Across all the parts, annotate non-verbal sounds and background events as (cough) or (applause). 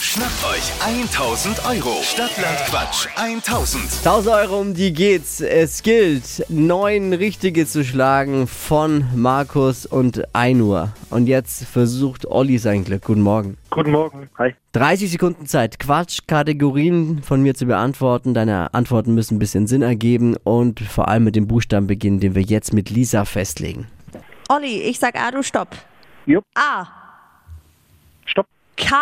Schnappt euch 1000 Euro. Stadtland Quatsch 1000. 1000 Euro, um die geht's. Es gilt, neun Richtige zu schlagen von Markus und Einur. Und jetzt versucht Olli sein Glück. Guten Morgen. Guten Morgen. Hi. 30 Sekunden Zeit, Quatschkategorien von mir zu beantworten. Deine Antworten müssen ein bisschen Sinn ergeben und vor allem mit dem Buchstaben beginnen, den wir jetzt mit Lisa festlegen. Olli, ich sag A, du stopp. Jupp. A. Stopp. K.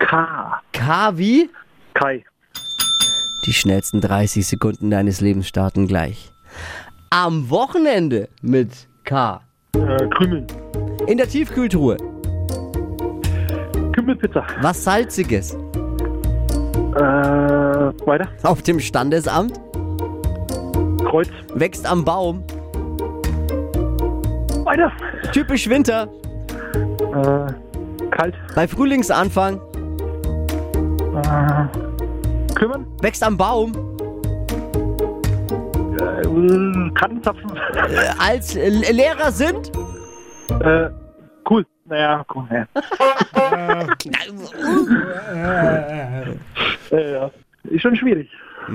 K. K wie? Kai. Die schnellsten 30 Sekunden deines Lebens starten gleich. Am Wochenende mit K. Äh, Krümeln. In der Tiefkühltruhe. Kümmelpizza. Was Salziges. Äh, weiter. Auf dem Standesamt. Kreuz. Wächst am Baum. Weiter. Typisch Winter. Äh, kalt. Bei Frühlingsanfang. Äh, kümmern. Wächst am Baum. Äh, äh, Kratzenzapfen. Äh, Als äh, Lehrer sind. Äh, cool. Naja, cool. Ja. äh, Mhm. ja. Ist schon schwierig. (laughs)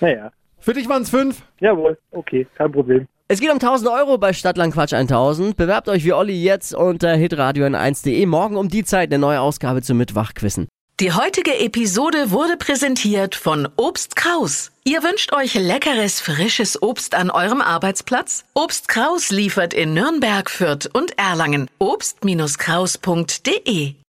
naja. Für dich waren es fünf. Jawohl. Okay, kein Problem. Es geht um 1000 Euro bei Stadtlandquatsch 1000. Bewerbt euch wie Olli jetzt unter hitradio 1de Morgen um die Zeit eine neue Ausgabe zum Mitwachquissen. Die heutige Episode wurde präsentiert von Obst Kraus. Ihr wünscht euch leckeres, frisches Obst an eurem Arbeitsplatz? Obst Kraus liefert in Nürnberg, Fürth und Erlangen. Obst-Kraus.de